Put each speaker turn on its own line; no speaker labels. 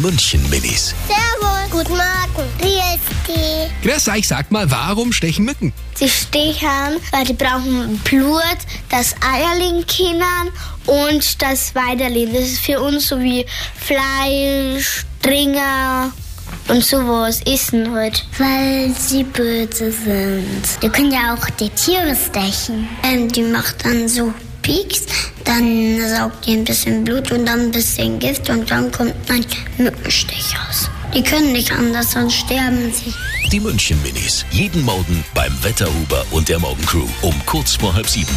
München Minis.
Servus. Guten Morgen. Wie ist die?
Grüß euch, sag mal, warum stechen Mücken?
Sie stehen, weil die brauchen Blut, das Eierling Kindern und das Weiderling. Das ist für uns so wie Fleisch, Stringer und sowas essen halt. Weil sie böse sind. Die können ja auch die Tiere stechen. Ähm, die macht dann so Pieks, dann saugt die ein bisschen Blut und dann ein bisschen Gift und dann kommt ein Mückenstich raus. Die können nicht anders, sonst sterben sie.
Die München Minis. Jeden Morgen beim Wetterhuber und der Morgencrew um kurz vor halb sieben.